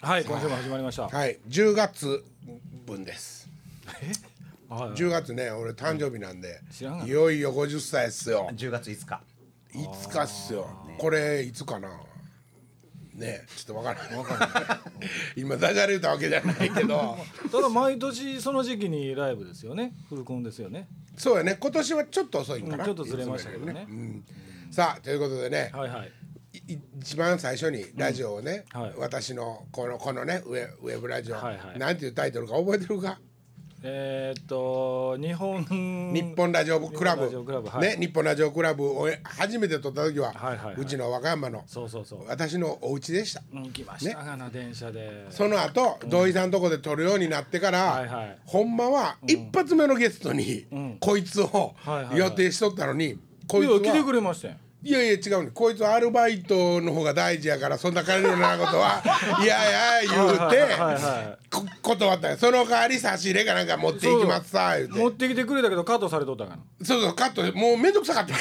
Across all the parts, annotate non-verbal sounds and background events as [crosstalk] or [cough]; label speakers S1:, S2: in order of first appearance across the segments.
S1: はい今週も始まりました
S2: はい、10月分です。
S1: はい
S2: 10月ね、俺誕生日なんで
S1: 知らんが、ない
S2: よいよ50歳っすよ。
S3: 10月5日
S2: いつかっすよ。これいつかな。ねえ、ちょっとわからない。 [laughs] 今ダジャレ言ったわけじゃないけど、
S1: ただ毎年その時期にライブですよねフルコンですよね
S2: そうやね。今年はちょっと遅いん
S1: う
S2: か
S1: ん
S2: な。
S1: ちょっとずれましたけど
S2: いつも
S1: ね
S2: よりねさあ、ということでね、
S1: はいはい
S2: い一番最初にラジオをね、
S1: うんはい
S2: 私のこのこのねウェウェブラジオ、
S1: はいはい
S2: なんていうタイトルか覚えてるか。
S1: えーっと日本
S2: 日本ラジオクラブ
S1: 日本ラジオクラブはい
S2: ね、日本ラジオクラブを初めて撮った時は,、
S1: はいはいはいう
S2: ちの和歌山の
S1: そうそうそう
S2: 私のお家でした
S1: うん来ましたがな電車で
S2: その後土井さんとこで撮るようになってから、
S1: はいはい
S2: ほんまは一発目のゲストに、
S1: ん
S2: こいつを
S1: はいはいはい
S2: 予定しとったのに、
S1: い
S2: こいつ
S1: や来てく
S2: は
S1: れましたよ
S2: いやいや違うねこいつはアルバイトの方が大事やからそんな彼のようなこと
S1: [laughs]
S2: はいやいや言うて、
S1: はいはいはいはい
S2: こ断ったんやその代わり差し入れかなんか持っていきますさ言うて
S1: 持ってきてくれたけどカットされとったか
S2: そうそうカットもうめんどく
S1: [laughs]
S2: さかった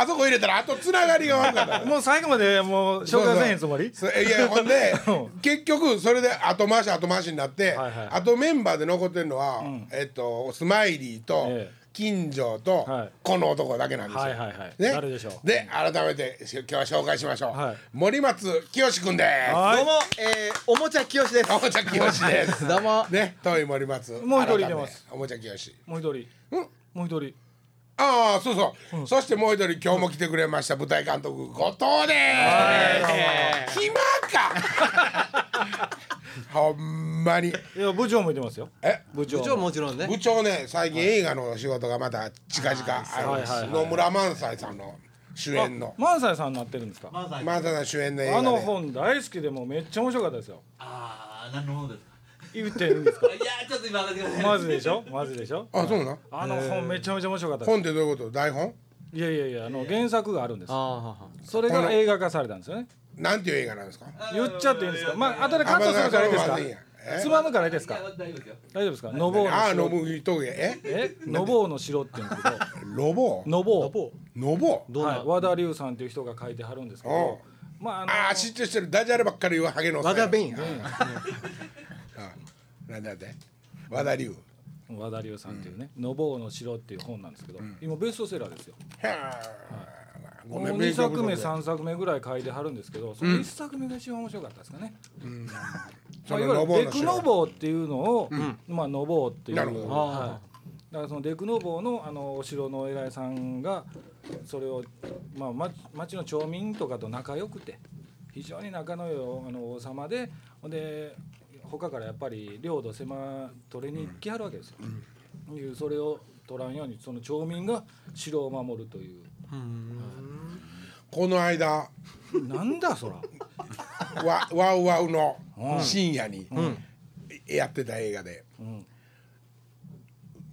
S2: あそこ入れたらあとつながりが悪かった
S1: らもう最後までもう紹介せへんつもり
S2: そうそういやほ
S1: [laughs]
S2: んで結局それで後回し後回しになって、
S1: はいはい
S2: あとメンバーで残ってるのは、えっとスマイリーと、
S1: ええ
S2: 金城と、
S1: はい
S2: この男だけなんですよ、
S1: はいはいはい
S2: ね、
S1: 誰でしょう
S2: で改めてし今日は紹介しましょう、
S1: はい
S2: 森松清君です
S1: はい
S3: どうも、えー、おもちゃきよしです
S2: おもちゃ清です
S3: どうも
S2: ね遠い森松
S1: もう一人いてます
S2: 改めおもちゃ清
S1: もう一人
S2: うん
S1: もう一人
S2: ああそうそう、そしてもう一人今日も来てくれました舞台監督後藤で
S1: は
S2: す暇か
S1: [laughs]
S2: ほんまに
S1: いや部長もいてますよ
S2: え
S1: 部長
S3: 部長もちろん
S2: 部
S3: ね
S2: 長ね最近映画の仕事がまた近々あ
S1: はいはいは
S2: る
S1: い
S2: 野村萬斎さんの主演の
S1: 満載さんになってるんですか
S4: マザー
S2: 萬斎さん主演の映
S1: あ
S2: 画
S1: の
S2: で
S1: 本大好きでもうめっちゃ面白かったですよ
S4: ああ、なるほどです。
S1: 言ってるんですか
S4: いやー、ちょっと今待ってください。
S1: まずでしょまずでしょ
S2: あそうなの
S1: あの本めちゃめちゃ面白かったです
S2: 本ってどういうこと台本
S1: いやいやいやあの原作があるんです
S3: あ
S1: それが映画化されたんですよね
S2: なんていう映画なんですか
S1: 言っちゃっていいんですかまあ後でカ
S2: あ
S1: ットするからいいです
S2: ま
S1: か
S2: ずいんやえ
S1: つまむからいいです
S4: い
S1: か
S4: や、大丈夫ですよ。
S1: 大丈夫ですかのぼうの
S2: ああ
S1: 城
S2: のぶいとえ
S1: えのぼうの城って言うんですけ [laughs] ど
S2: ロボ
S1: のぼう
S3: ど
S2: ロボ
S3: んな、
S1: はい、和田龍さんっていう人が書いてはるんですけどまああの
S2: ああ嫉妬してるダジャレばっかり言うハゲのおっさ
S3: 和
S2: んや
S3: 田ベインが
S2: なんだって和田龍
S1: 和田龍さんっていうね「のぼうの城」っていう本なんですけど、今ベストセラーですよ。
S2: へーご
S1: もう
S2: めん
S1: 2
S2: 勉強不
S1: 作
S2: 足
S1: 目
S2: で
S1: 3作目ぐらい書いてはるんですけどその1作目が一番面白かったですかね。
S2: そ
S1: まあ、いわゆ
S2: のノ
S1: る
S2: ボ
S1: デ
S2: の
S1: ク
S2: 城
S1: ノボーっていうのを、まあノボーっていう
S2: なるほど
S1: はい、だからそのデクノボーのあのお城のお偉いさんがそれを、まあ、ま町の町民とかと仲良くて非常に仲の良いあの王様でほんで他からやっぱり領土狭取れに行きはるわけですよ。いうそれを取らんようにその町民が城を守るという
S2: この
S1: [laughs]
S2: 間
S1: なんだそら [laughs]
S2: わワウワウの深夜にやってた映画で、
S1: ん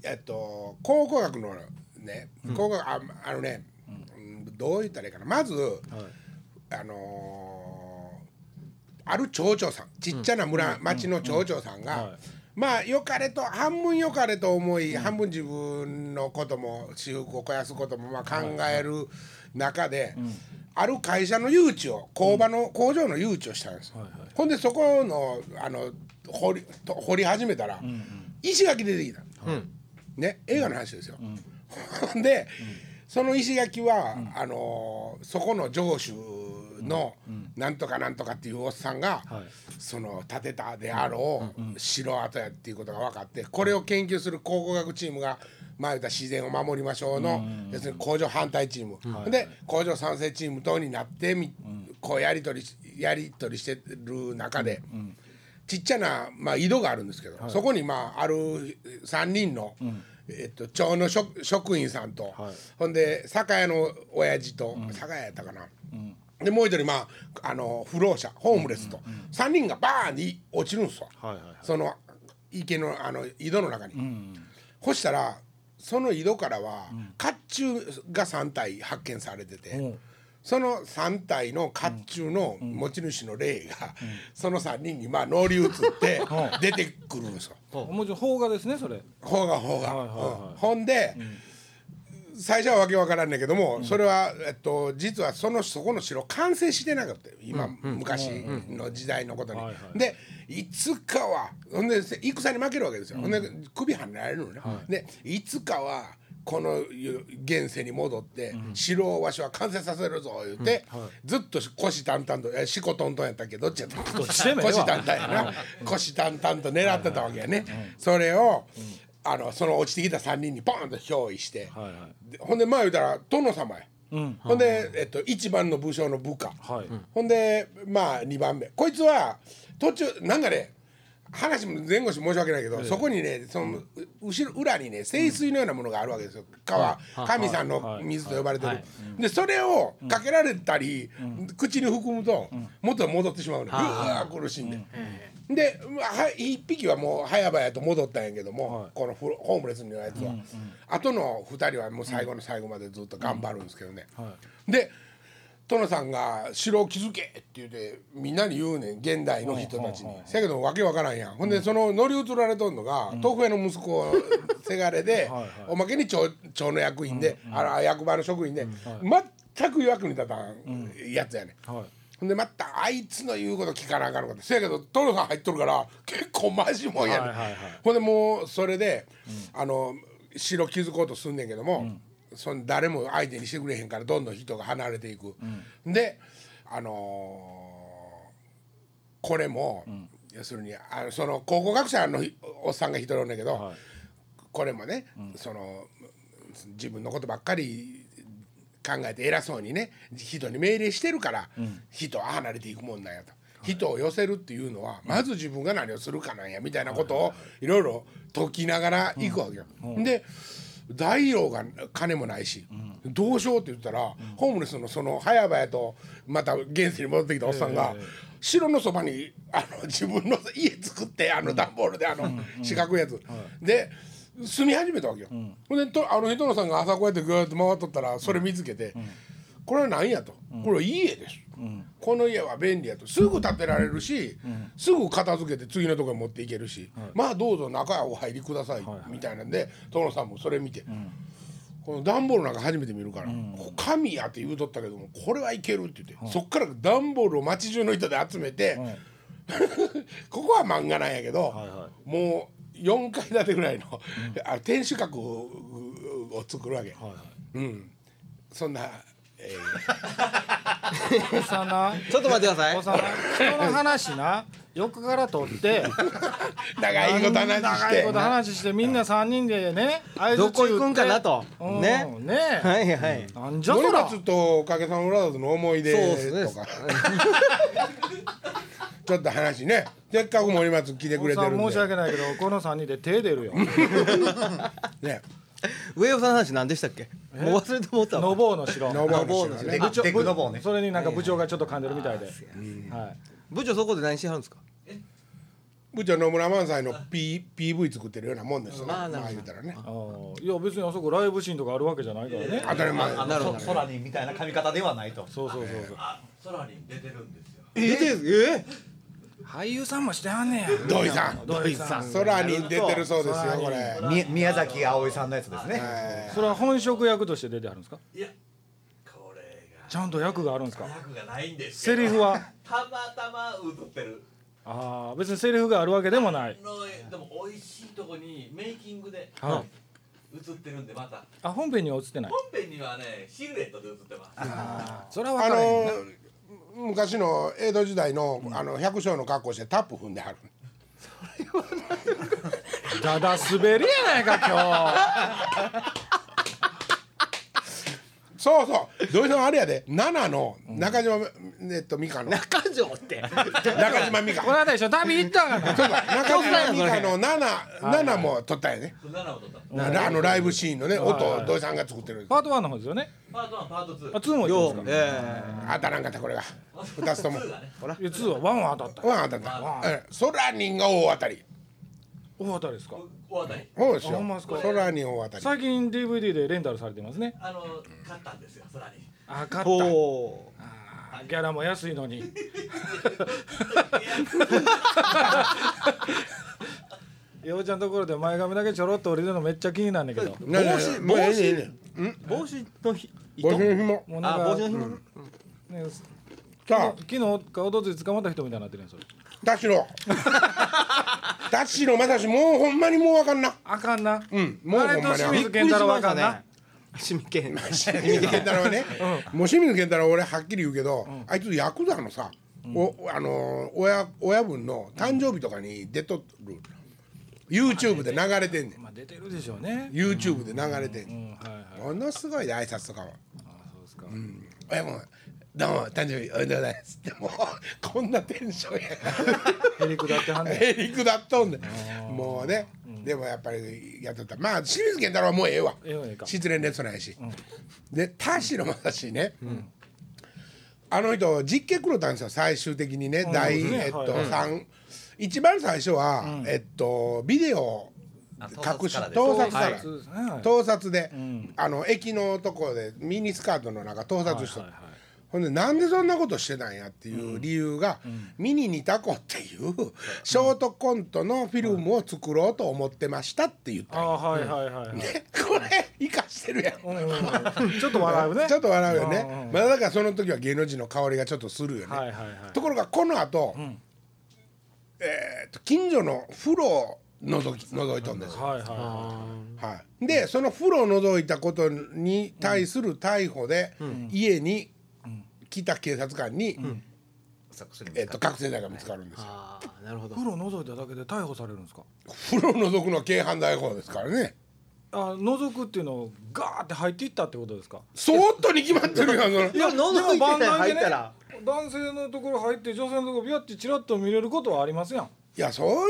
S2: えっと考古学のね考古学ああのね、うんどう言ったらいいかなまず、あのーある町長さんちっちゃな村、町の町長さんが、
S1: うんはい
S2: まあ良かれと半分良かれと思い、半分自分のことも私服を肥やすこともまあ考える中で、ある会社の誘致を工場の、工場の誘致をしたんです、よ
S1: はいはい
S2: ほんでそこのあの掘りと掘り始めたら、石垣出てきた、ね映画の話ですよ。ほん [laughs] で、その石垣は、あのーそこの城主の、なんとかなんとかっていうおっさんが、
S1: はい
S2: その建てたであろう、城跡やっていうことが分かってこれを研究する考古学チームが前言った自然を守りましょうの、要するに工場反対チーム、で工場賛成チーム等になってみ、こうやり取りしやり取りしてる中で。ちっちゃな、まあ、井戸があるんですけど、そこに、まあ、ある3人の、えっと、町の職職員さんと、ほんで酒屋の親父と、酒屋やったかな、でもう一人、まあ、あの不老者ホームレスと、三3人がバーンに落ちるんですわ、その池のあの井戸の中に。そしたらその井戸からは、甲冑が3体発見されてて。
S1: うん
S2: その3体の甲冑の持ち主の霊が、その3人にまあ乗り移って出てくるんですよ。
S1: [laughs] もちろん邦画ですねそれ。
S2: ほうがほうが。
S1: はいはいはい
S2: うんほんで、最初はわけわからんねんけども、それは、えっと、実はそのそこの城完成してなかったよ今、昔の時代のことに、
S1: はいは
S2: でいつかはほんで戦に負けるわけですよ、ほんで首はねられるのね、でいつかはこのゆ現世に戻って、城をわしは完成させるぞ言って、ずっと虎視眈々とえしこトントンやったっけどっちやったっけ
S1: どっちでもええわ
S2: 虎視眈々やな虎視眈々と狙ってたわけやね、それを、あのその落ちてきた3人にポンと憑依して、
S1: はいはい
S2: でほんで前言うたら殿様や、
S1: うん
S2: ほんで、えっと、一番の武将の部下、
S1: はいうん
S2: ほんでまあ2番目こいつは途中なんかね話も前後して申し訳ないけど、そこにねそのう後ろ裏にね聖水のようなものがあるわけですよ川、神さんの水と呼ばれてる、でそれをかけられたり、口に含むと、元に戻ってしまうの、うわー苦しんで。で、まあ、は一匹はもう早々と戻ったんやけども、
S1: はい
S2: このフホームレスのやつは、後の2人はもう最後の最後までずっと頑張るんですけどね、
S1: は
S2: で殿さんが「城を築け!」って言ってみんなに言うねん現代の人たちに、せやけどわけわからんやんほんでその乗り移られとんのが、豆腐屋の息子せがれ
S1: [laughs]
S2: で
S1: はいはい
S2: おまけに町町の役員で、あら役場の職員で、全く役に立たんやつやねん
S1: はい
S2: ほんでまたあいつの言うこと聞かなあかんのかってせやけどトロさん入っとるから結構マジもんやねん、
S1: はいはいはい
S2: ほんでもうそれで、あの城築こうとすんねんけども、その誰も相手にしてくれへんからどんどん人が離れていく、であのーこれも、要するにあのその考古学者のひおっさんが一人おんねんけど、
S1: はい
S2: これもね、その自分のことばっかり考えて偉そうにね人に命令してるから、人は離れていくもんなんやと、人を寄せるっていうのはまず自分が何をするかなんやみたいなことをいろいろ解きながら行くわけよ。で大王が金もないし、どうしようって言ったら、ホームレスのその早々とまた現世に戻ってきたおっさんが、城のそばにあの自分の家作ってあの段ボールであの四角いやつ、で住み始めたわけよ。ほんでとあの人のさんが朝こうやってぐーっと回っとったらそれ見つけて、これは何やと、これは家です、この家は便利やとすぐ建てられるし、すぐ片付けて次のとこに持っていけるし、まあどうぞ中へお入りくださいみたいなんで殿さんもそれ見て。この段ボールなんか初めて見るから「神や」って言うとったけどもこれはいけるって言ってそっから段ボールを街中の人で集めて [laughs] ここは漫画なんやけど
S1: はいは
S2: もう4階建てぐらいのあ天守閣をを作るわけ
S1: はいは
S2: うんそんなえ
S1: い幼い
S3: ちょっと待ってください
S1: お。さ人の話な横から取って
S2: ー長いこと話し
S1: 長い
S2: て
S1: こと話してみんな三人でね相槌
S3: どこ行くんかなと
S1: 打って
S3: ね
S1: うんね
S3: はいはい。
S1: なんじゃそ
S2: ド
S1: ら
S2: ラツとおかげさんブラザーズの思い出
S3: そうですね
S2: とかちょっと話ねせっかく森松来てく
S1: お
S2: れ
S1: じ
S2: て
S1: さ
S2: る
S1: ん
S2: ん
S1: 申し
S2: で
S1: 訳ないけどこの三人で手出るよ
S2: ね
S3: 上尾さんの話何でしたっけ？もう忘れてもったわ。
S1: ノボーの城
S2: ノーバーの人がね
S3: ね
S1: 部長
S3: テクノボーね
S1: それになんか部長がちょっと噛んでるみたいで、はい
S3: 部長そこで何してはるんですか？
S2: 部長野村萬斎の P PV 作ってるようなもんですよ、
S3: まあな
S2: ま
S3: る
S2: あ
S3: ほ
S2: 言
S3: ど
S2: うたらね
S1: あーいや別にあそこライブシーンとかあるわけじゃないからね
S2: 当たり前
S4: あ
S3: なるほ
S4: の
S3: ど
S4: そ空にみたいな髪型ではないと
S1: そうそうそうそう
S4: あ空に出てるんですよ
S3: ええ？
S1: 俳優さんもしてはんねや
S2: 土井さん
S1: 土井さん
S2: 空に出てるそうですよ
S1: 空に
S2: これ
S4: み
S3: 宮崎葵さんのやつですね。
S2: え
S1: それは本職役として出てはるんですか
S4: いやこれが
S1: ちゃんと役があるんですか
S4: 役がないんですけ
S1: セ
S4: ど
S1: リフは
S4: たまたま映ってる
S1: ああ別にセリフがあるわけでもない
S4: のでも美味しいとこにメイキングで
S1: は
S4: 映ってるんでまた
S1: あ本編には映ってない
S4: 本編にはねシルエットで映ってます
S1: それは分
S2: ーあ
S1: からへん
S2: の昔の江戸時代のあの百姓の格好してタップ踏んではる
S1: ダダ滑りやないか今
S2: そうそう土井さんあれやで7の中島、えっと美香の
S3: 中条って。
S2: 中島美
S1: 日この
S2: 香
S1: 間一緒に旅行ったがな
S2: 中島美香の77も撮ったんやね
S4: 7を撮った
S2: あのライブシーンのね
S1: はい
S2: 音
S1: はい
S2: 土井さんが作ってる
S1: パート1の方ですよね
S4: パート1パート2
S1: あ2もいい
S3: よ
S1: ん
S3: う。
S1: ですか
S3: ええ。
S2: 当たらんかったこれが2つとも
S4: 2がね
S1: いや2は1は当たった
S2: ワン当たったうん空にが大当たり
S1: 大当たりですか
S4: お渡り
S2: そうです
S1: あ
S2: よ
S1: ほんまですか
S2: 空に大当たり
S1: 最近 DVD でレンタルされてますね
S4: あの勝ったんですよ空に
S1: あ買った
S3: おー
S1: あギャラも安いのに用ちゃんのところで前髪だけちょろっと降りるのめっちゃ気になんだけど
S2: ねえねえ
S3: 帽子
S2: もうええねん
S3: 帽帽子のひ
S2: 帽
S3: 糸
S2: 子の紐
S1: もうなん
S3: あ
S1: か
S3: 帽子の紐
S1: ね
S2: さ
S1: 昨日かおとつい捕まった人みたいになってるやんそれ
S2: あ田代 [laughs] 田代正史もうほんまにもうわかんな
S1: あかんな
S2: うんもうほん
S1: あれと
S2: まに
S1: 清
S2: あかん
S1: 水健太郎はあかんな
S3: 清水健
S2: 清水健太郎
S1: [laughs]
S2: はね、もう清水健太郎は俺はっきり言うけど、あいつヤクザのさ、おあのー親親分の誕生日とかに出とる、YouTube で流れてんねん
S1: まあ出てるでしょうね
S2: YouTube で流れてん
S1: う
S2: ね
S1: んはいはい
S2: んものすごいで挨拶とかは
S1: あそうですか
S2: 「親分どうも誕生日おめでとうございます」ってもうこんなテンションや
S1: へりくだってはんね
S2: へりくだっとんねんもうね、でもやっぱりやっとったまあ清水健太郎はもうええわ
S1: ええわええか
S2: 失恋レストランやし、で田代正史ね、あの人実刑黒たんですよ最終的にね、
S1: うん
S2: 第、
S1: そうですね
S2: えっと、
S1: はい
S2: 三一番最初は、えっとビデオ
S4: あ
S2: 隠し盗撮
S4: 盗撮
S2: か
S4: から
S2: ら、
S4: です
S1: そうですねはい
S2: 盗撮で、
S1: ん
S2: あの駅のとこでミニスカートの中盗撮しとっ
S1: はいは
S2: た、
S1: いはい
S2: ほんでなんでそんなことしてたんやっていう理由が、ミニニタコっていうショートコントのフィルムを作ろうと思ってましたって言ったん
S1: あ
S2: や、
S1: はいはいはいはい
S2: ねこれ生かしてるやん、
S1: うんうん [laughs] うんちょっと笑うね
S2: ちょっと笑うよね、
S1: うんうん
S2: まあ、だからその時は芸能人の香りがちょっとするよね、
S1: はいはいはい
S2: ところがこの後、えーっと近所の風呂を覗き覗いとんですよ
S1: はいはいは
S2: はい、でその風呂を覗いたことに対する逮捕で、家に来た警察官に、えっと覚醒剤が見つかるんですよ、
S3: ああなるほ
S1: い
S3: ど
S1: 風呂覗いただけで逮捕されるんですか
S2: 風呂を覗くのは軽犯罪法ですからね
S1: あ覗くっていうのをガーって入っていったってことですか
S2: そーっとに決まってるやんその
S3: いや喉
S1: でも
S3: 入ってたら
S1: 番台
S3: 入っ
S1: でね
S3: たら
S1: 男性のところ入って女性のところビャってチラッと見れることはありますやん
S2: いやそう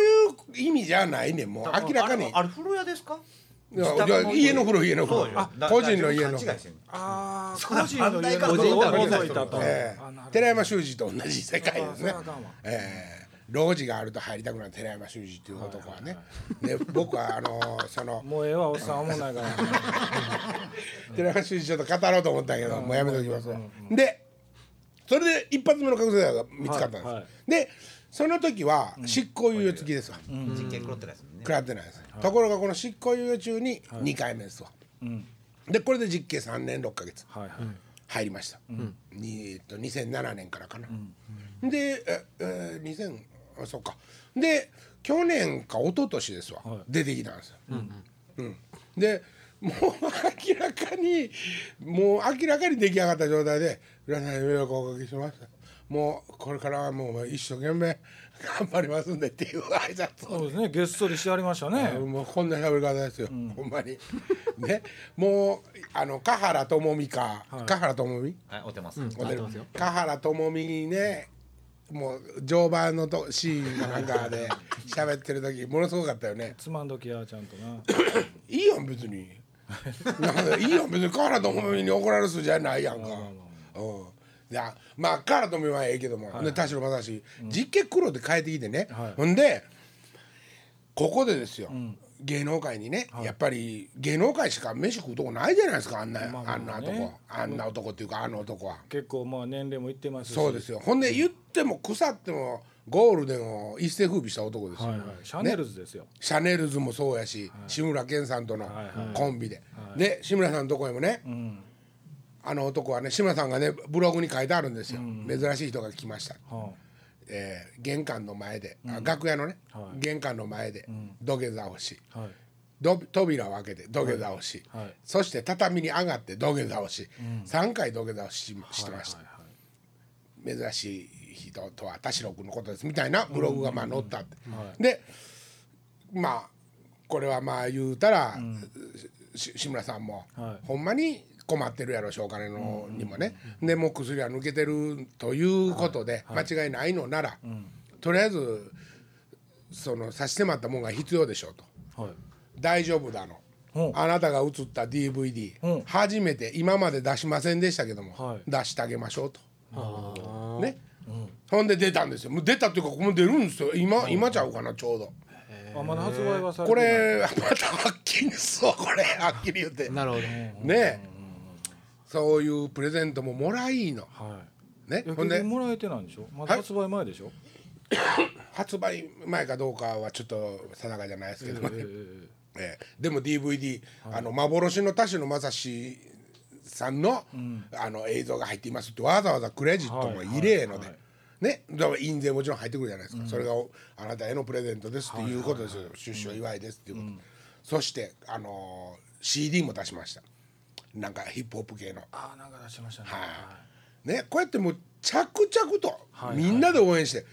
S2: いう意味じゃないねんもう明らかに
S5: あれ風呂屋ですか
S2: いやいや家の風呂家の風呂あ個人の家の風呂
S1: ああ個人の家の
S5: 個
S1: こと
S5: 人
S1: を
S5: の
S1: 覗いたと、
S2: ええ
S1: あなるほど
S2: 寺山修司と同じ世界ですね
S1: ああそれはあかんわ。
S2: ええ老人があると入りたくなる寺山修司っていう男はね。で僕はあのその
S1: もうええわおっさん思わないから
S2: 寺山修司ちょっと語ろうと思ったんやけどもうやめときますわ。でそれで一発目の覚醒剤が見つかったんです。
S1: はいはい
S2: でその時は執行猶予付きですわ。
S5: 実験黒ってないですもんね
S2: 食らってないです、ところがこの執行猶予中に2回目ですわ、でこれで実刑3年6ヶ月
S1: はいはい、
S2: 入りました、にえっと2007年からかな、でええー2000あそうかで去年か一昨年ですわ、
S1: はい
S2: 出てきたんですよ、うんでもう明らかにもう明らかに出来上がった状態で「皆さん迷惑をおかけしました」もうこれからはもう一生懸命 [laughs] 頑張りますんでっていう挨拶を
S1: そうですねげっそりしてありましたね
S2: もうこんな喋り方ですよ、ほんまにねもうあの香原朋美か、香原朋美
S5: はいおてます
S2: モデル香原朋美にねもう乗馬のとシーンの中
S1: [laughs]
S2: で喋ってる時ものすごかったよね
S1: つまんどきやちゃんとない
S2: いやん別になんでいいやん別に香原朋美に怒られる筋じゃないやんかうんいやまあ香原朋美はええけども、で田代正史実家苦労で変えてきてね、
S1: はい
S2: ほんでここでですよ、芸能界にね、やっぱり芸能界しか飯食うとこないじゃないですかあんな、あ
S1: まあまあ
S2: んな
S1: ね
S2: 男あんな男っていうかあの男は。
S1: 結構まあ年齢もいってますし
S2: そうですよほんで言っても腐ってもゴールデンを一世風靡した男ですよ、
S1: はいはいシャネルズですよ、
S2: シャネルズもそうやし、志村けんさんとのコンビで、で志村さんのとこへもね、あの男はね志村さんがねブログに書いてあるんですよ、珍しい人が来ました、
S1: は
S2: えー玄関の前で、あ楽屋のね、玄関の前で土下座をし、
S1: あはい
S2: ど扉を開けて土下座をし、
S1: はいはい
S2: そして畳に上がって土下座をし、3回土下座をししてました、珍しい人とは田代君のことですみたいなブログがまあ載ったって、でまあこれはまあ言うたら、し志村さんも、
S1: は
S2: ほんまに困ってるやろしお金のにもね、でもう薬は抜けてるということで、間違いないのなら、とりあえずその差し迫ったもんが必要でしょうと。
S1: はい
S2: 大丈夫だの、
S1: うん
S2: あなたが映った DVD、
S1: うん
S2: 初めて今まで出しませんでしたけども、
S1: はい
S2: 出してあげましょうと。ね、ほんで出たんですよもう出たっていうかここも出るんですよ今、今ちゃうかなちょうど
S1: あまだ発売はされ
S2: こ
S1: てない
S2: れまたはっきりですわこれはっきり言ってね
S3: なるほど
S2: そういうプレゼントももらいの
S1: は
S2: ね
S1: いいや
S2: ほん
S1: 結局
S2: で
S1: もらえてないんでしょまだ発売前でしょ、
S2: 発売前かどうかはちょっと定かじゃないですけど、
S1: えー
S2: えーでも DVD、あの幻の田代正史さんの,、あの映像が入っていますってわざわざクレジットも入れえので、ねだから印税もちろん入ってくるじゃないですか、それがおあなたへのプレゼントですっていうことですよ、出所祝いですっていうこと、そして、あのー CD も出しましたなんかヒップホップ系の。
S1: ああなんか出しましたね。
S2: ね、こうやってもう着々とみんなで応援して、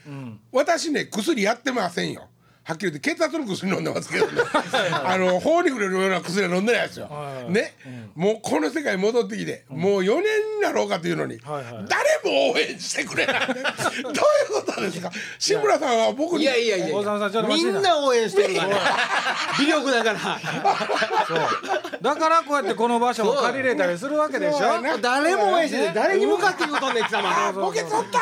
S2: 私ね薬やってませんよはっきり言って血圧の薬飲んでます
S1: [laughs]
S2: けどねあの法に触れるような薬は飲んでないですよ、
S1: はいはい
S2: ね、もうこの世界に戻ってきて、もう4年になろうかというのに、
S1: はいはい
S2: 誰も応援してくれ
S1: [laughs]
S2: ないどういうことですか志村さんは僕に
S3: いやいやいやい
S1: 大沢さんちょ
S3: や
S1: っと
S3: み
S1: 待って
S3: んな応援してるから微力だから
S1: そうだからこうやってこの場所も借りれたりするわけでしょ。
S2: そうやな
S3: 誰も応援してない誰に向かって言うとんねん貴
S2: あ
S3: 様
S2: ボケ取った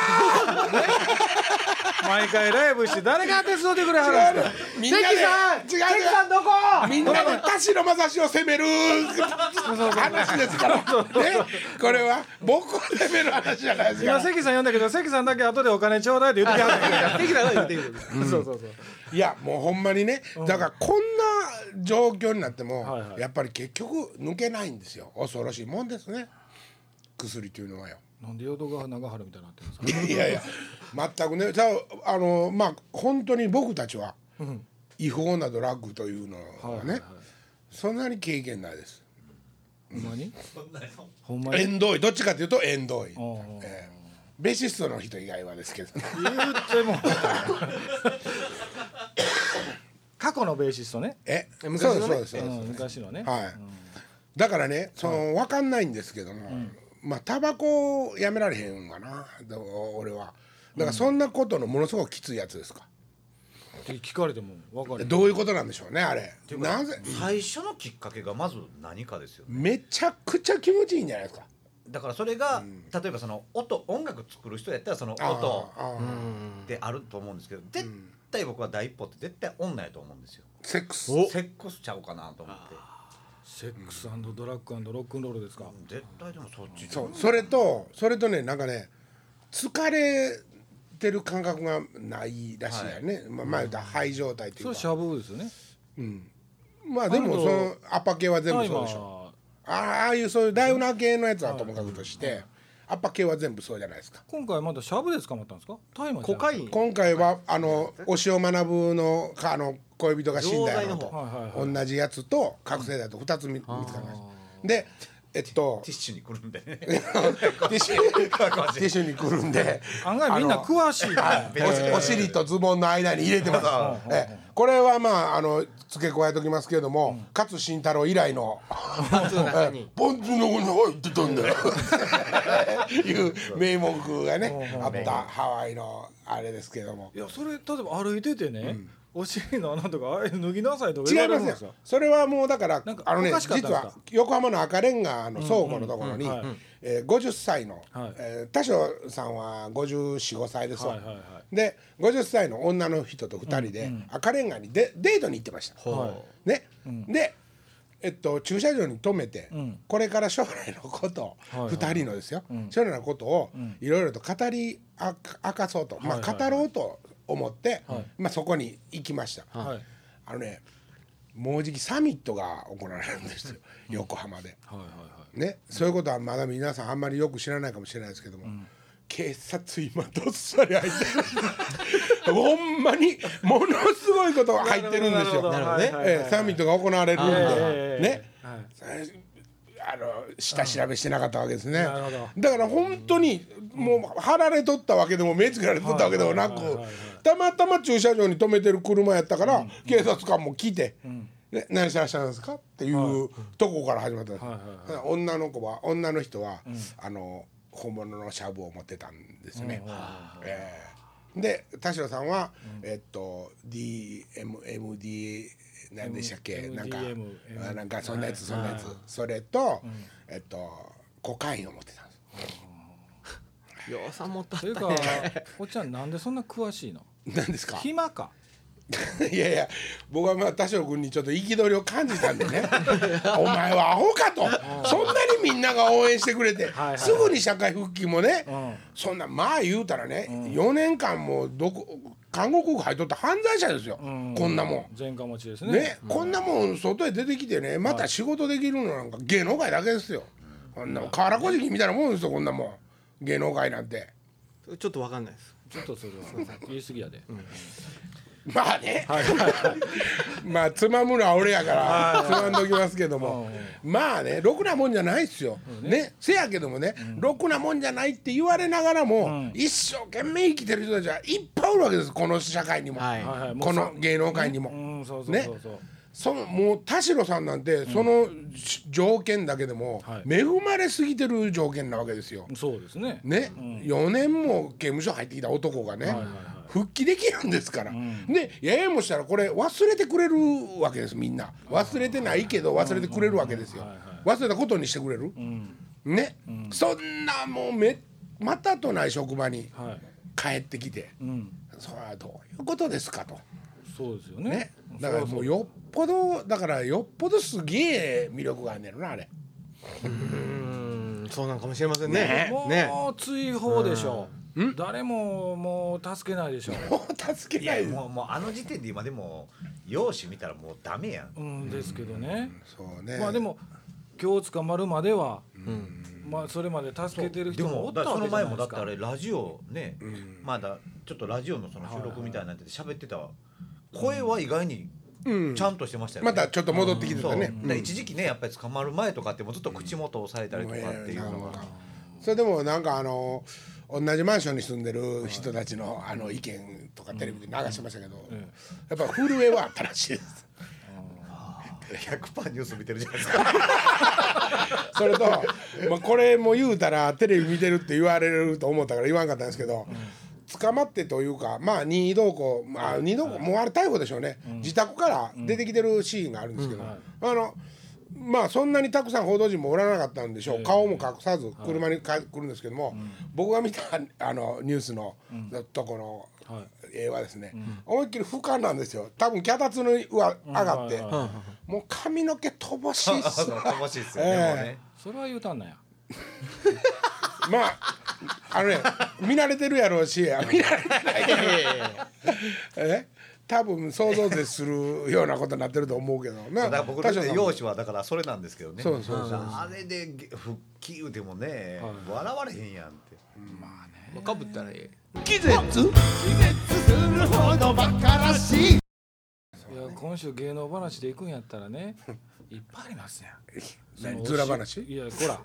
S1: 毎回ライブして誰が手伝ってくれはるんですか。
S2: みんなで
S3: 関さん
S2: 違う
S3: 関
S2: 違う
S3: さんどこ
S2: みんなで田代正史を責める話ですから、ね、これは僕を責める話じゃないですか
S1: 今
S2: ら。
S1: 関さん呼んだけど関さんだけ後でお金ちょうだいって言ってきはるんだ
S3: 関さんが言ってくる
S1: けど。そうそうそう。
S2: いやもうほんまにね、だからこんな状況になっても、
S1: はいはい
S2: やっぱり結局抜けないんですよ恐ろしいもんですね薬というのはよ。
S1: なんで淀川長春みたいになってるんですか。
S2: いやいやいや全くねじゃああのまあ本当に僕たちは違法なドラッグというのはね、そんなに経験ないです。
S1: ほんまに？
S4: そんなの
S1: ほんまに？
S2: 縁遠いどっちかというと縁遠い。
S1: おうおう
S2: えーベーシストの人以外はです [laughs] けどね。
S1: 言っても。過去のベーシストね。
S2: え昔
S3: 昔のね
S2: そうですそう
S1: う
S2: です、
S1: ん昔のね。
S2: はい、だからねその分かんないんですけども、まあタバコをやめられへんかなでも俺はだからそんなことのものすごくきついやつですか、
S1: って聞かれてもわかる。
S2: どういうことなんでしょうねあれ
S5: ていうか
S2: なぜ
S5: 最初のきっかけがまず何かですよね
S2: めちゃくちゃ気持ちいいんじゃないですか
S5: だからそれが例えばその音音楽作る人やったらその
S2: あー
S5: 音
S2: あー
S5: ってあると思うんですけど絶対僕は第一歩って絶対女やと思うんですよ
S2: セックス
S5: セックスちゃうかなと思って
S1: セックスドラッグロックンロールですか。
S5: 絶対でもそっち
S2: そうそれとそれとねなんかね疲れてる感覚がないらしいよね、まあ前言った肺状態とい
S1: そうれ
S2: か
S1: シャブですよね。
S2: まあでも
S1: あの
S2: そのアパ系は全部そうでしょ
S1: 今
S2: ああああいうそういうダイオナー系のやつはともかくとして、アッパ系は全部そうじゃないですか。
S1: 今回まだシャブで捕まったんですか？大麻じゃ
S3: コ
S1: なく
S3: カ
S1: て
S3: イン
S2: 今回はあの押尾学のかあの恋人が死んだよ
S5: 錠剤の
S2: と
S5: 方
S1: はいはいはい。
S2: 同じやつと覚醒剤と二つ見見つかりました。でえっと
S5: ティッシュにくるんでね
S2: ティッシュティッシュにくるんで
S1: 案外みんな詳しいから。
S2: おお尻とズボンの間に入れてます。ええこれはまああの付け加えときますけれども、勝新太郎以来の
S3: 松の中に
S2: ポン酢のに入ってたんだよいう名目がねあったハワイのあれですけども
S1: いやそれ例えば歩いててね、お尻の穴とかあれ脱ぎなさいとか
S2: 違
S1: 言われ
S2: いま
S1: るんですす
S2: よ
S1: よ。
S2: それはもうだから
S1: なんか
S2: あのね
S1: おかしかったん
S2: 実
S1: ですか
S2: は横浜の赤レンガの倉庫のところに
S1: うんうんうんはい
S2: えー50歳の
S1: はい
S2: えー田代さんは545歳です
S1: は
S2: わ
S1: いはいは
S2: で50歳の女の人と2人で赤レンガにデデートに行ってました。
S1: は
S2: ね、で、えっと、駐車場に止めて、これから将来のこと、
S1: はいはい
S2: 2人のですよ、将来のことをいろいろと語り明か明かそうと、ま
S1: はい
S2: あ、
S1: はい
S2: 語ろうと思って、まあ、そこに行きました、
S1: いはい
S2: あのねもうじきサミットが行われるんですよ、横浜で。
S1: はいはい
S2: ね、そういうことはまだ皆さんあんまりよく知らないかもしれないですけども、警察今どっさり入ってるほんまにものすごいことが入ってるんで
S1: な
S2: すよ。
S1: るほど
S3: なるほ
S1: ど
S2: ええサミットが行われるんで、
S1: ええ
S2: ね、
S1: はい
S2: あの下調べしてなかったわけですね
S1: なるほど。
S2: だから本当にもう貼られとったわけでも目つけられとったわけでもなく
S1: はいはいはいはい、
S2: たまたま駐車場に止めてる車やったから警察官も来て。ね何してらっしゃるんですかっていうとこから始まったんです
S1: はい
S2: 女の子は女の人は、あの本物のシャブを持ってたんですよね。ええで田代さんは、えっと DMMD 何でしたっけ、
S1: M-
S2: なんか
S1: MDM
S2: あなんかそんなやつそんなやつ、それと、えっとコカインを持ってたんです
S3: ようさん持った
S1: というかおっちゃんなんでそんな詳しいの
S2: 何ですか
S1: 暇か
S2: [laughs] いやいや僕はまあ田代君にちょっと憤りを感じたんで
S1: [laughs]
S2: ねお前はアホかとそんなにみんなが応援してくれて
S1: はいはい
S2: すぐに社会復帰もね、
S1: うん
S2: そんなまあ言うたらね、4年間もどこ韓国国入っとった犯罪者ですよ、こんなも
S1: 前科持ちです
S2: ん
S1: ね
S2: ねこんなもん外へ出てきてねまた仕事できるのなんか芸能界だけですよ、こんなもん河原小敷みたいなもんですよこんなもん芸能界なんて
S3: ちょっとわかんないです
S1: ちょっとそれは言い過ぎやで、
S2: まあね、 [laughs] まあつまむのは俺やからつまんどきますけどもまあねろくなもんじゃないっすよ、ねせやけどもね、ろくなもんじゃないって言われながらも、一生懸命生きてる人たちはいっぱいおるわけですこの社会にも、
S3: はい
S1: はいはいもう
S2: この芸能界にも。
S1: うんそうそうそうそう、
S2: そのもう田代さんなんてそのし条件だけでも
S1: はい
S2: 恵まれすぎてる条件なわけですよ。
S1: そうですね
S2: ね、4年も刑務所入ってきた男がね、
S1: はいはい
S2: 復帰できるんですから、でややもしたらこれ忘れてくれるわけですみんな忘れてないけど忘れてくれるわけですよ、忘れたことにしてくれる、ね、そんなもうめまたとない職場に
S1: はい
S2: 帰ってきて、
S1: うん
S2: それはどういうことですかと。
S1: そうですよね
S2: ね、だからもうよっぽどだからよっぽどすげえ魅力があんねやろなあれ
S3: うんそうなんかもしれませんね
S1: もう
S3: ね
S1: 追放でしょう誰ももう助けないでしょ
S2: もう助け
S5: い
S2: な
S5: や
S2: い
S5: もうもうあの時点で今でも容姿見たらもうダメやん
S1: う、うんですけどね、
S2: そうね
S1: まあでも今日捕まるまでは、まあそれまで助けてる
S5: で
S1: 人もお
S5: も
S1: っ
S5: だ
S1: た
S5: そ
S1: わ
S5: の
S1: けじゃ
S5: 前
S1: ない
S5: も
S1: です
S5: だってあ
S1: か
S5: れラジオね、まだちょっとラジオのその収録みたいなんて喋ってたわ声は意外にちゃんとしてましたよね、
S2: またちょっと戻ってきて
S5: そ
S2: た
S5: う
S2: ね、
S5: だから一時期ねやっぱり捕まる前とかってもうずっと口元を押さえたりとかっていうのが、
S2: それでもなんかあの同じマンションに住んでる人たちのあの意見とかテレビで流してましたけど、やっぱ震えはあったらしいです
S5: 100%ニュース見てるじゃないですか
S2: [laughs] それと、まあ、これも言うたらテレビ見てるって言われると思ったから言わんかったんですけど、捕まってというかまあ任意同行まあ任意同行もうあれ逮捕でしょうね、自宅から出てきてるシーンがあるんですけど、あのまあそんなにたくさん報道陣もおらなかったんでしょう、顔も隠さず車にか来るんですけども、僕が見たあのニュースのとこの。
S1: はい
S2: 映画ですね、思いっきり俯瞰なんですよ多分脚立の上がって、
S1: うんはい
S2: もう髪の毛乏しいっす
S5: そう [laughs] 楽しいっすよね、もうね
S1: それは言うたんなんや
S2: まああのね見慣れてるやろうし見慣れてないやろえ多分想像絶するようなことになってると思うけどま
S5: だから僕の
S2: 田代さんも
S5: 容姿はだからそれなんですけどね
S2: そうそうそうそう
S5: あれで復帰言うてもね、笑われへんやんって
S3: かぶったらえ
S1: いや今週芸能話で行くんやったらねいっぱいありますやん
S2: 何ズラ話
S1: いやほら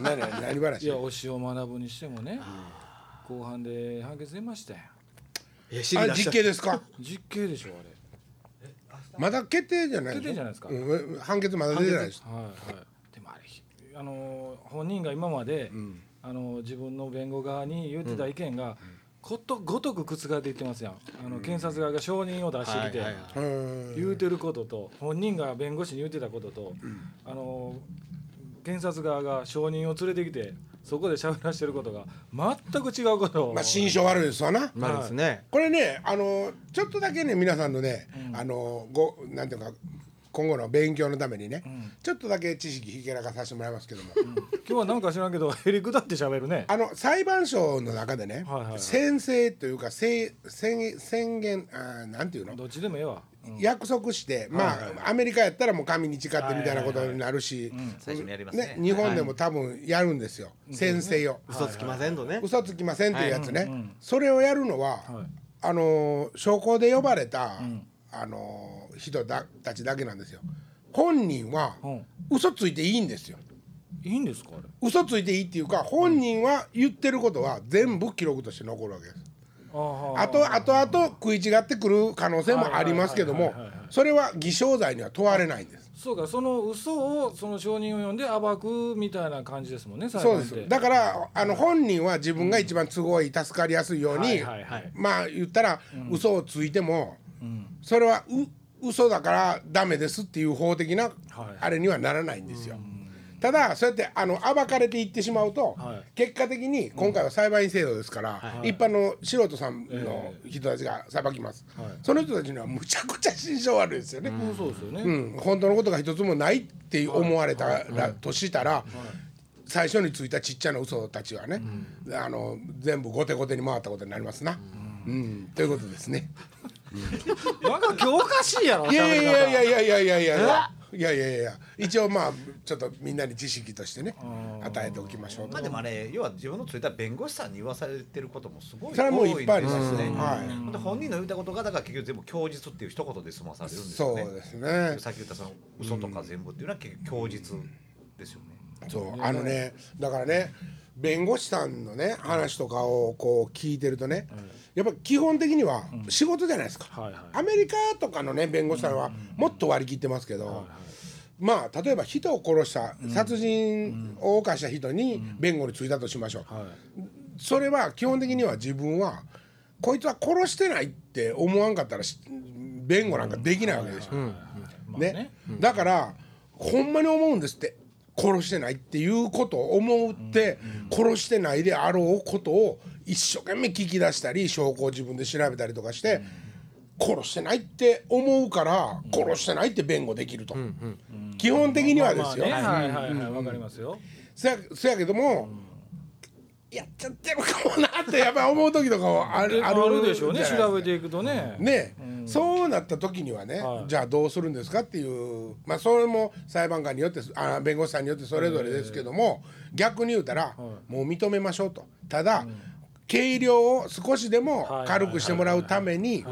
S2: 何何何
S1: い
S2: 話
S1: や推しを学ぶにしてもね後半で判決出ましたやん
S3: え知り
S2: あ
S3: 出し
S2: 実
S3: た
S2: 刑ですか
S1: 実刑でしょあれ
S2: まだ決定じゃない
S1: 決定じゃないですか
S2: うんえ判決まだ出てないです
S1: はいはい、でもあれひあのー本人が今まで、あのー自分の弁護側に言ってた意見が、ことごとく覆っていってますやんあの、検察側が証人を出してきて、
S3: はいはいは
S2: うん
S1: 言うてることと本人が弁護士に言ってたことと、あのー検察側が証人を連れてきてそこで喋らしてることが全く違うことを、
S2: まあ心象悪いですわな
S3: まあですね
S2: これねあのちょっとだけね皆さんのね、あのごなんていうか今後の勉強のためにね、ちょっとだけ知識ひけらかさせてもらいますけども、
S1: 今日はなんか知らんけどへりくだって喋るね。
S2: あの裁判所の中でね、
S1: はいはいはい
S2: 宣誓というかせい宣宣言あーなんていうの、
S1: どっちでもええわ。うん
S2: 約束して、まあ、アメリカやったらもう神に誓ってみたいなことになるし、
S5: 最初にやりますね
S2: ね日本でも多分やるんですよ、宣誓を、
S3: 嘘つきませんとね
S2: 嘘つきませんっていうやつね、それをやるのは、あのー証拠で呼ばれた、あのー人だたちだけなんですよ本人は
S1: うん
S2: 嘘ついていいんですよ
S1: いいんですかあれ。
S2: 嘘ついていいっていうか本人は言ってることは全部記録として残るわけです
S1: ああ
S2: あとあとあと食い違ってくる可能性もありますけどもそれは偽証罪には問われないんです
S1: そうかその嘘をその証人を呼んで暴くみたいな感じですもんね裁
S2: そう
S1: 判っ
S2: で
S1: て
S2: すだからあの本人は自分が一番都合いい助かりやすいよう
S1: は
S2: に
S1: いはいはい
S2: まあ言ったら嘘をついてもそれはう嘘だからダメですっていう法的な
S1: はい
S2: あれにはならないんですよ。ただそうやってあの暴かれていってしまうと、
S1: はい
S2: 結果的に今回は裁判員制度ですから、一般の素人さんの人たちが裁きます、その人たちにはむちゃくちゃ心象悪いですよね、
S1: うんそうですよね、
S2: うん、本当のことが一つもないって思われたら、としたら、最初についたちっちゃな嘘たちはね、あの全部後手後手に回ったことになりますな、うん、ということですね。
S1: なんか今日おかしいやろ
S2: いやいやい
S1: や
S2: やいやいやいやいやいや。いやいやいや、一応まあ、ちょっとみんなに知識としてね、与えておきましょうと。
S5: まあでもあれ要は自分のついた弁護士さんに言わされてることもすごい
S2: それはもういっぱいあります
S5: 多
S2: ね
S5: いんです
S2: はい
S5: ほんで本人の言ったことがだから結局全部供述っていう一言で済まされるんです
S2: そ
S5: よ
S2: う
S5: ね
S2: ですね。
S5: さっき言ったその嘘とか全部っていうのは結局供述ですよね、
S2: そうあのねだからね弁護士さんのね話とかをこう聞いてるとね、やっぱ基本的には仕事じゃないですか、
S1: はいはい
S2: アメリカとかのね弁護士さんはもっと割り切ってますけど、まあ例えば人を殺した、殺人を犯した人に弁護についたとしましょう、それは基本的には自分はこいつは殺してないって思わんかったらし弁護なんかできないわけでしょ。ねだからほんまに思うんですって殺してないっていうことを思って、殺してないであろうことを一生懸命聞き出したり証拠を自分で調べたりとかして、殺してないって思うから殺してないって弁護できると、基本的にはですよ。
S1: まあまあねはいはいはいわかりますよ
S2: そやそやけども、やっちゃってるかもなってやっぱり思う時とかはあ
S1: ある
S2: る
S1: あるでしょうね
S2: じゃないですか
S1: 調べていくとね
S2: ねそうなった時にはね、
S1: はい
S2: じゃあどうするんですかっていうまあそれも裁判官によってあ弁護士さんによってそれぞれですけども逆に言うたら、もう認めましょうとただ、計量を少しでも軽くしてもらうために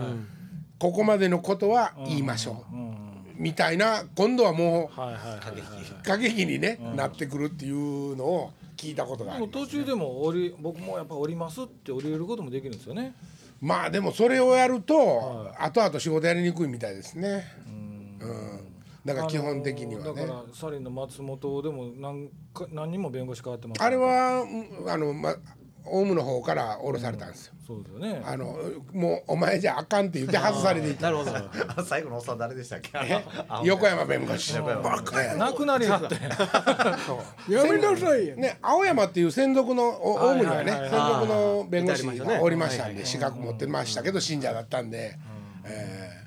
S2: ここまでのことは言いましょう、みたいな今度はもう
S1: はいはいはいはい
S2: 過激に、ねなってくるっていうのを聞いたことがあ
S1: で
S2: り
S1: も
S2: ます
S1: 途中でも降り僕もやっぱ降りますって降りれることもできるんですよね
S2: まあでもそれをやると、後々仕事やりにくいみたいですね。うん。だから基本的にはね。
S1: あのだからサリンの松本でも何か何人も弁護士変わってます
S2: あれはうんあのまオウムの方から降ろされたんですよ。
S1: そうですよね
S2: あのもうお前じゃあかんって言って外されていった。
S3: なるほど。
S5: あ最後のおっさん誰でしたっけあ
S2: 横山弁護士。
S5: 横山
S2: バカやな。
S1: なくなりは
S2: [laughs]
S1: って
S6: やめなさいよ
S2: ね青山っていう専属のおオウムにはね
S1: はいはい
S2: 専
S1: は
S2: 属の弁護士
S3: いたりましたね
S2: がおりましたんで資格持ってましたけど信者だったんで。えー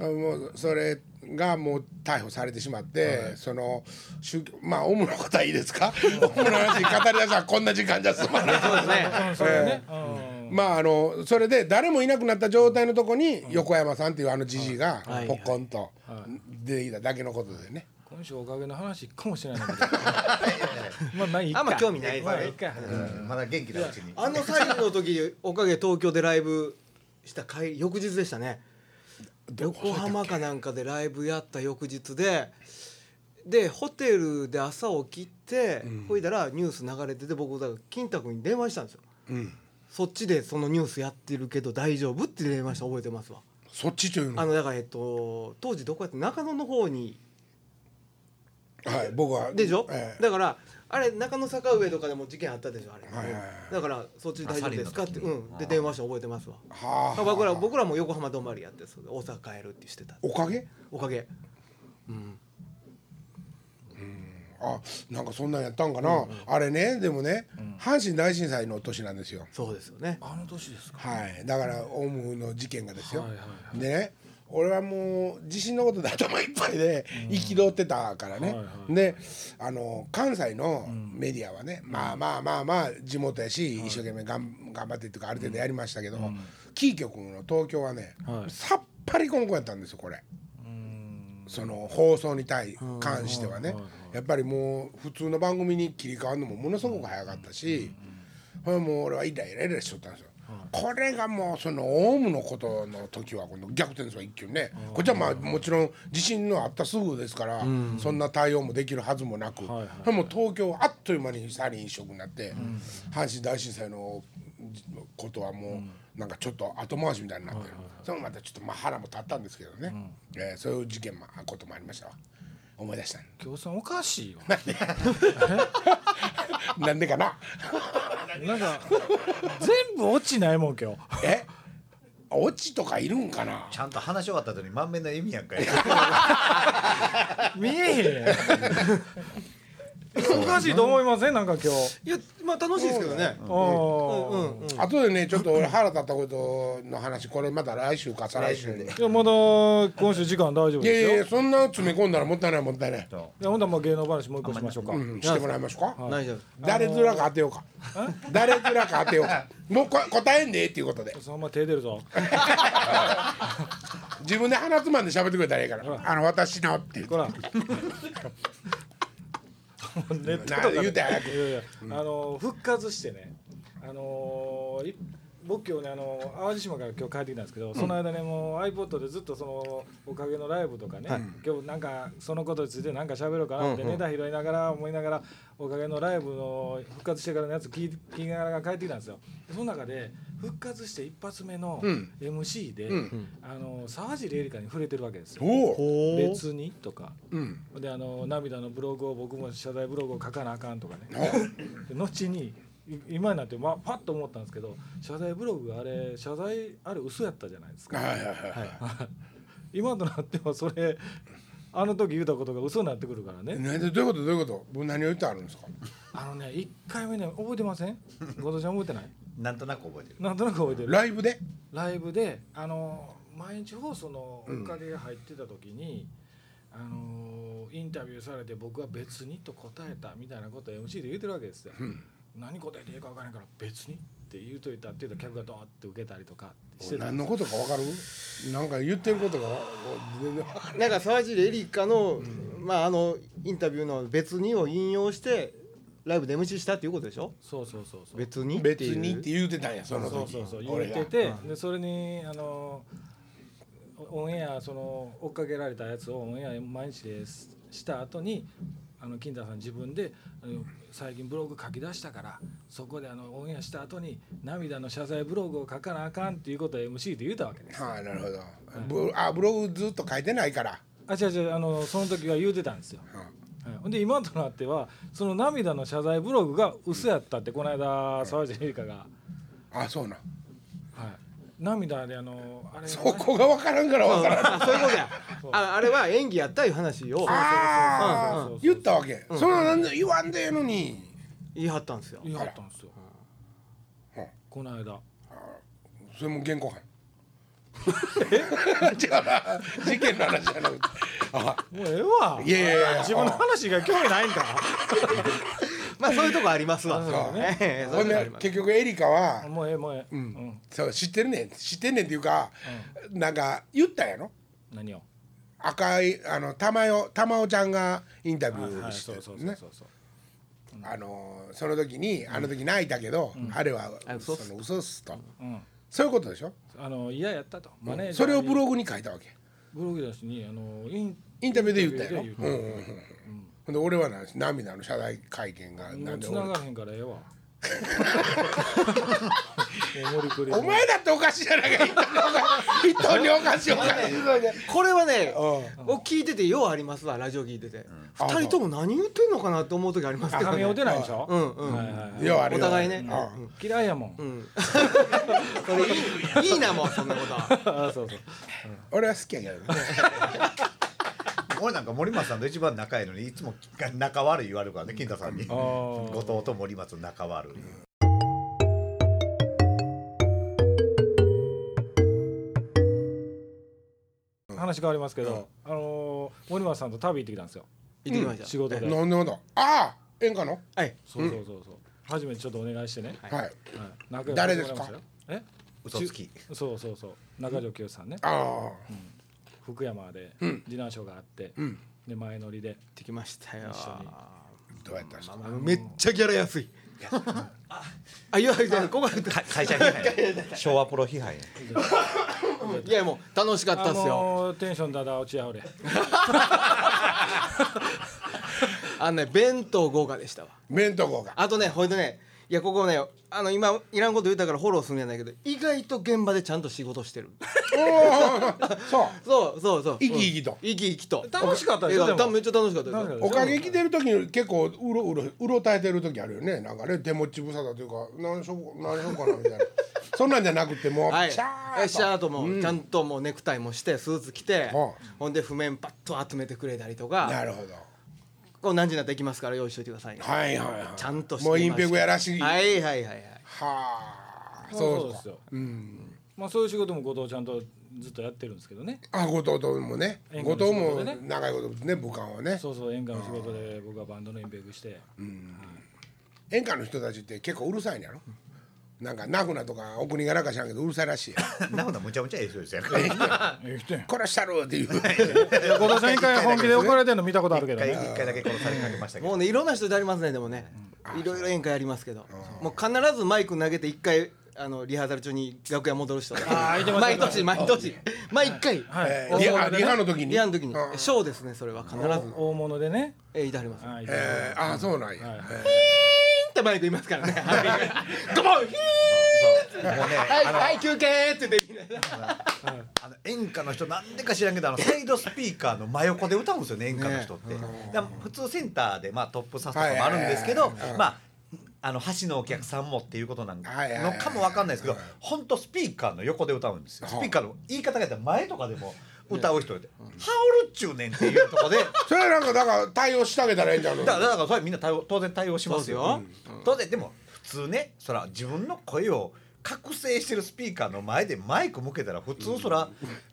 S2: もうそれがもう逮捕されてしまって、その宗教まあオウムのことはいいです
S3: [laughs]
S2: かオウムの話語り出したらこんな時間じゃ済まない
S3: そうですね。
S1: うんそれはねうん
S2: まああのそれで誰もいなくなった状態のとこに横山さんっていうあのじじいが
S3: はい
S2: ポッコンと出てきただけのことでね
S1: 今週おかげの話かもしれないん
S2: [laughs]
S1: だけどまあまあいいか
S3: あんま興味ないですね
S1: まあいいか
S5: うんまだ元気なうちに
S3: あのサインの時、おかげ東京でライブした帰り翌日でしたね。横浜かなんかでライブやった翌日で。でホテルで朝起きて、ほいだらニュース流れてて僕だから金太君に電話したんですよ、そっちでそのニュースやってるけど大丈夫って電話した覚えてますわ
S2: そっちというの
S3: あ
S2: は
S3: のだからえっと当時どこやって中野の方に
S2: い僕は
S3: でしょ、
S2: ええ
S3: だからあれ中野坂上とかでも事件あったでしょあれ、
S2: はいはいはい
S3: だからそっち大丈夫ですかって
S5: あサリンの
S3: うんで電話して覚えてますわ
S2: はあ
S3: 僕ら僕らも横浜泊まりやってそうで大阪帰るってしてた
S2: おかげ
S3: おかげ
S2: あなんかそんなんやったんかな、あれねでもね、阪神大震災の年なんですよ
S3: そうですよね
S1: あの年ですか
S2: はいだからオウムの事件がですよ、
S1: はいはいは
S2: でね俺はもう地震のことで頭いっぱいで憤ってたからね、
S1: はいは
S2: であの関西のメディアはね、まあまあまあまあ地元やし、一生懸命がん頑張ってっていうかある程度やりましたけど、キー局の東京はね、
S1: はい
S2: さっぱりこんこやったんですよこれ。その放送に対関してはねやっぱりもう普通の番組に切り替わるのもものすごく早かったしこれもう俺はイライライラしとったんですよ。これがもうそのオウムのことの時はこの逆転ですわ一挙にねこっちはまあもちろん地震のあったすぐですからそんな対応もできるはずもなく
S1: はいはい
S2: これもう東京はあっという間にサリン一色になって阪神大震災のことはもうなんかちょっと後回しみたいになってる、それもまたちょっとまあ腹も立ったんですけどね、えーそういう事件もあこともありましたわ思い出した [laughs]
S1: 共産おかしいよ
S2: なんでかな
S1: なんか全部落ちないもん今日
S2: えオチとかいるんかな
S5: ちゃんと話し終わった後に満
S1: [laughs]
S5: 面の笑みやんかい
S2: [laughs]
S1: 見えへんやん難しいと思いませんなんか今日。
S3: いやまあ楽しいですけどね
S1: あ
S3: うんうん
S2: あとでねちょっと俺腹立ったことの話これまた来週か再来週に
S1: あ。いやまだ今週時間大丈夫
S2: いや
S1: です
S2: い
S1: よ。
S2: やい
S1: い
S2: やそんな詰め込んだらもったいないもったいない、
S1: やほんだらまあ芸能話もう一個しましょうか。
S2: うん、してもらいますか、
S3: 大丈夫
S2: 誰面か当てようか誰面か当てようかもうこ答えんでええっていうことで
S1: そのまま手出るぞ。
S2: 自分で鼻つまんで喋ってくれたらええから「あの私の」って言って
S1: ほら。ネットと
S2: な
S1: かで
S2: 言うて早く
S1: いやいや、あの復活してね、あのい僕今日ねあの淡路島から今日帰ってきたんですけど、その間ねもう iPod でずっとそのおかげのライブとかね、今日なんかそのことについてなんか喋ろうかなってネタ拾いながら思いながらおかげのライブの復活してからのやつ聞い聞きながら帰ってきたんですよ。でその中で復活して一発目の MC で、あの沢尻エリカに触れてるわけですよ。
S2: おお、
S3: お
S1: 別にとか。
S2: うん、
S1: であの涙のブログを僕も謝罪ブログを書かなあかんとかねで後にい今になって、まあ、パッと思ったんですけど謝罪ブログあれ謝罪あれ嘘やったじゃないですか
S2: はいはいは
S1: 今となってはそれあの時言うたことが嘘になってくるから
S2: い、
S1: ね
S2: なんでどういうことどういうこともう何を言ってあるんですか
S1: あのね1回目ね覚えてません後藤ちゃん覚えてない
S5: なんとなく覚えてる
S1: なんとなく覚えてる
S2: ライブで
S1: ライブであの毎日放送のおかげが入ってた時に、あのインタビューされて僕は別にと答えたみたいなことを MC で言うてるわけですよ。何答えていいか分からないから別にって言うといたっていうと客がドーンって受けたりとかしてた
S2: 何のことかわかるなんか言ってることが全然
S3: なんか沢尻エリカのまああのインタビューの別にを引用してライブで MC したっていうことでしょ
S1: そうそうそうそう。
S3: 別に
S2: 別にって言うてたんやその時
S1: そうそうそう言
S2: 俺
S1: っ
S2: が
S1: てて、でそれにあのオンエアその追っかけられたやつをオンエア毎日ですした後にあの金田さん自分であの最近ブログ書き出したからそこであのオンエアした後に涙の謝罪ブログを書かなあかんっていうことを MC で言うたわけです。
S2: はいなるほどブあブログずっと書いてないから
S1: あ違う違うあのその時は言うてたんですよ。はいほんで今となってはその涙の謝罪ブログが嘘やったってこの間沢尻エリカが、
S2: あそうなん
S1: はい、涙であのあれ
S2: そこがわからんからわからん
S3: あそういうことやああれは演技やったいう話を
S2: あ
S1: そうそうそうそうそうそう
S2: ー言ったわけそんななんで言わんでええのに
S3: 言い張ったんですよ
S1: 言い張ったんですよ
S2: うん
S1: この間
S2: それも現行犯 [laughs] 違うな事件の話じゃなくてあ
S1: もうええわ
S2: いやいやいや
S1: 自分の話が興味ないんか
S3: [laughs] まあそういうとこありますわ
S1: そうだね
S3: ええそうい
S2: ほ
S3: うんとこあり
S2: で
S3: ます
S2: 結局エリカは
S1: もうええもうええ、うん
S2: そう知ってるねん知ってんねんっていうかなんか言ったんやろ
S1: 何を
S2: 赤いあの玉代玉緒ちゃんがインタビ
S1: はい
S2: ュ
S1: は
S2: ー
S1: い
S2: して
S1: そうそう
S2: る
S1: そう
S2: ね
S1: そうそう
S2: あのその時にあの時泣いたけど、あれは
S3: あ
S2: そ
S3: 嘘っす
S2: の嘘っすと、
S1: うん
S2: そういうことでしょ
S1: あの嫌やったとマネージャーに
S2: それをブログに書いたわけ
S1: ブログだしにあのイン
S2: インタビューで言ったやろ
S1: インタ
S2: うんうんうんうんほんで俺はな涙の謝罪会見が
S1: も
S2: な
S1: うん
S2: で
S1: 繋
S2: 俺
S1: がへんからええわもう無理くり
S2: お前だっておかしいじゃないか人におかしいおかしい
S3: これはねを聞いててようありますわラジオ聞いてて
S2: あ
S3: 二人とも何言ってんのかなって思う時ありますけど
S1: はみ
S3: ね
S1: 合うてないでしょ
S3: うんうん
S1: はいはいはい
S2: いやあれ
S3: お
S2: よ
S3: 互いね
S2: うん
S1: 嫌いやもん、
S3: うんそれいいいいなもんそんなことは
S1: あそうそう
S2: 俺は好きやけどね
S5: 俺なんか森松さんと一番仲いいのにいつも仲悪い言われるからね金太さんに
S1: あー
S5: 後藤と森松の仲悪い
S1: 話変わりますけど、あのー森松さんと旅行ってきたんですよ
S3: 行ってきました
S1: 仕事で、
S2: なんでまだああ演歌の
S3: はい
S1: そうそうそうそう初めてちょっとお願いしてね、
S2: はい
S1: はい、仲良く
S2: 誰ですか
S1: してもらいましたよ
S5: 嘘つき
S1: えそうそうそう中条清さんね
S2: あ
S1: 福山でディナーショーがあって、で前乗りで
S3: 行ってきましたよ
S2: あどうやったんですか
S3: あのめっちゃギャラ安いあいやいやここ
S5: か会社
S2: [laughs]
S5: 批判や昭和プロ批判や
S3: [laughs] いやもう楽しかったっすよ
S1: のーテンションだだ落ちあふれ
S3: あのね弁当豪華でしたわ
S2: 面とこが
S3: あとねほいでねいやここねあの今いらんこと言ったからフォローするんやないけど意外と現場でちゃんと仕事してる
S2: おおそう
S3: そうそうそう
S2: 生き生きと
S3: うん生き生きと
S1: 楽しかったでしょ
S3: うん
S1: でも
S3: ためっちゃ楽しかった
S1: 楽しかっ
S3: です
S1: た
S2: おかげ来てる時に結構うろうろうろたえてる時あるよねなんかね手持ち無沙汰というか何しよう何しようかなみたいなそんなんじゃなくてもう、
S3: はい
S2: シャーッと
S3: シャーともうちゃんともうネクタイもしてスーツ着て
S2: うん
S3: ほんで譜面パッと集めてくれたりとか
S2: なるほど
S3: こう何時になったら行きますから用意しといてくださいね、
S2: はいはいはい
S3: ちゃんとして
S2: もうインペグやらしい、
S3: はいはいはいはい
S2: はあ
S1: まあそう
S2: そう
S1: ですよ、
S2: うん
S1: まあ、そういう仕事も後藤ちゃんとずっとやってるんですけどね
S2: あ後藤ともね
S1: 演
S2: 後
S1: 歌の
S2: 藤
S1: 仕
S2: も
S1: 事でね
S2: 長いことね武漢はね
S1: そうそう演歌の仕事で僕はバンドのインペグして
S2: 演歌の人たちって結構うるさいんやろなんかナフナとかお国がなんか知らんけどうるさいらしいやん
S5: [laughs] なほなむちゃむちゃええ
S2: [laughs]
S5: 人ですよね。
S1: え来てん
S2: 殺したろっていう
S1: 後藤ちゃん一回本気で怒られてるの見たことあるけ
S5: 一
S1: ど
S5: 回
S1: ね
S5: 一回だけ殺されかけましたけ
S3: も
S5: ど。
S3: うねいろんな人でありますねでもねいろいろ演歌やりますけどもう必ずマイク投げて一回あのリハーサル中に楽屋戻る人
S1: あーいてます
S3: 毎年毎年毎回
S1: はい、
S2: えーリハリハの時に
S3: リハの時に
S2: うん
S3: ショーですねそれは必ず
S1: 大物でね、
S3: えーいてはりますピンっ
S1: はい
S2: えー、あそうなんや、
S1: はい
S3: てマイクいますからねゴボンヒー
S5: そうもうね、
S3: はい
S5: あの
S3: はい休憩って言ってみんな
S5: あの演歌の人なんでか知らんけどあのサイドスピーカーの真横で歌うんですよね演歌の人って、だから普通センターで、まあ、トップサスとかもあるんですけど、
S2: はいはいはいはい
S5: まああの箸のお客さんもっていうことなんか
S2: はいはいはい
S5: のかもわかんないですけど本当スピーカーの横で歌うんですよ
S2: は
S5: ス
S2: あ
S5: ピーカーの言い方がやったら前とかでも歌う人で「ハオルっちゅうねん」っていうとこ
S2: [laughs]
S5: で。
S2: それはなんかだから対応してあげたらええんじゃん
S5: だからだからそれはみんな対応当然対応しますよ
S3: そう
S5: 当然でも普通ねそら自分の声を覚醒してるスピーカーの前でマイク向けたら普通そら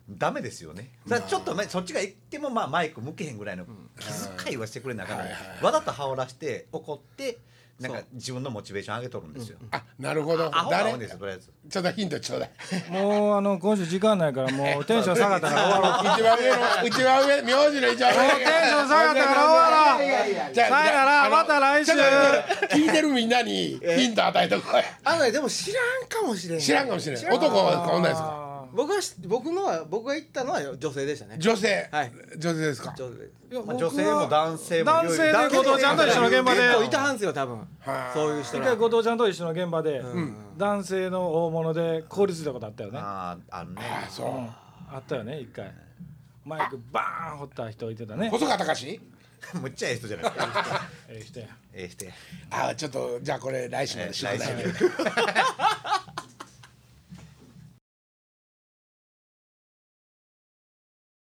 S5: ダメですよね、だからちょっとまそっちが行ってもまあマイク向けへんぐらいの気遣いはしてくれなあかんから、わざと羽織らして怒ってなんか自分のモチベーション上げとるんですよ、
S2: あなるほど
S5: アホなも
S2: 誰
S5: んで
S2: ち
S5: すよとりあえず
S2: ょっとヒントちょうだい
S1: もうあの今週時間ないからもうテンション下がったから終わろう
S2: 一番上の一番上名字の
S1: テン
S2: 一番上
S1: ション下がったから終わろう
S2: じゃあ
S1: さよなら
S2: あの
S1: また来週
S2: ちょっと待って聞いてるみんなにヒント与えとこう
S3: あのねでも知らんかもしれん
S2: 知らんかもしれ
S3: 知
S2: ない男は変わんないですか
S1: あ
S3: 僕はし僕のは僕が行ったのは女性でしたね
S2: 女性、
S3: はい
S2: 女性ですか
S3: 女性
S1: ーいや
S5: ま
S1: 僕は
S5: あ、女性も男性も
S1: 男性で後藤ちゃんと一緒の現場で
S3: 結構いたはんすよ多分
S2: はい
S3: そういう人
S1: 一
S3: ら
S1: 回後藤ちゃんと一緒の現場で、
S3: ん
S1: 男性の大物で凍りついたことあったよねあ,、
S5: あーあのね
S2: ああそう、
S1: ったよね一回マイクバーン掘った人いてたね
S2: 細川隆
S5: むっちゃええ人じゃないですか
S1: ええ人や
S5: ええ人や
S2: ああちょっとじゃあこれ来週までしま
S5: 来週
S2: い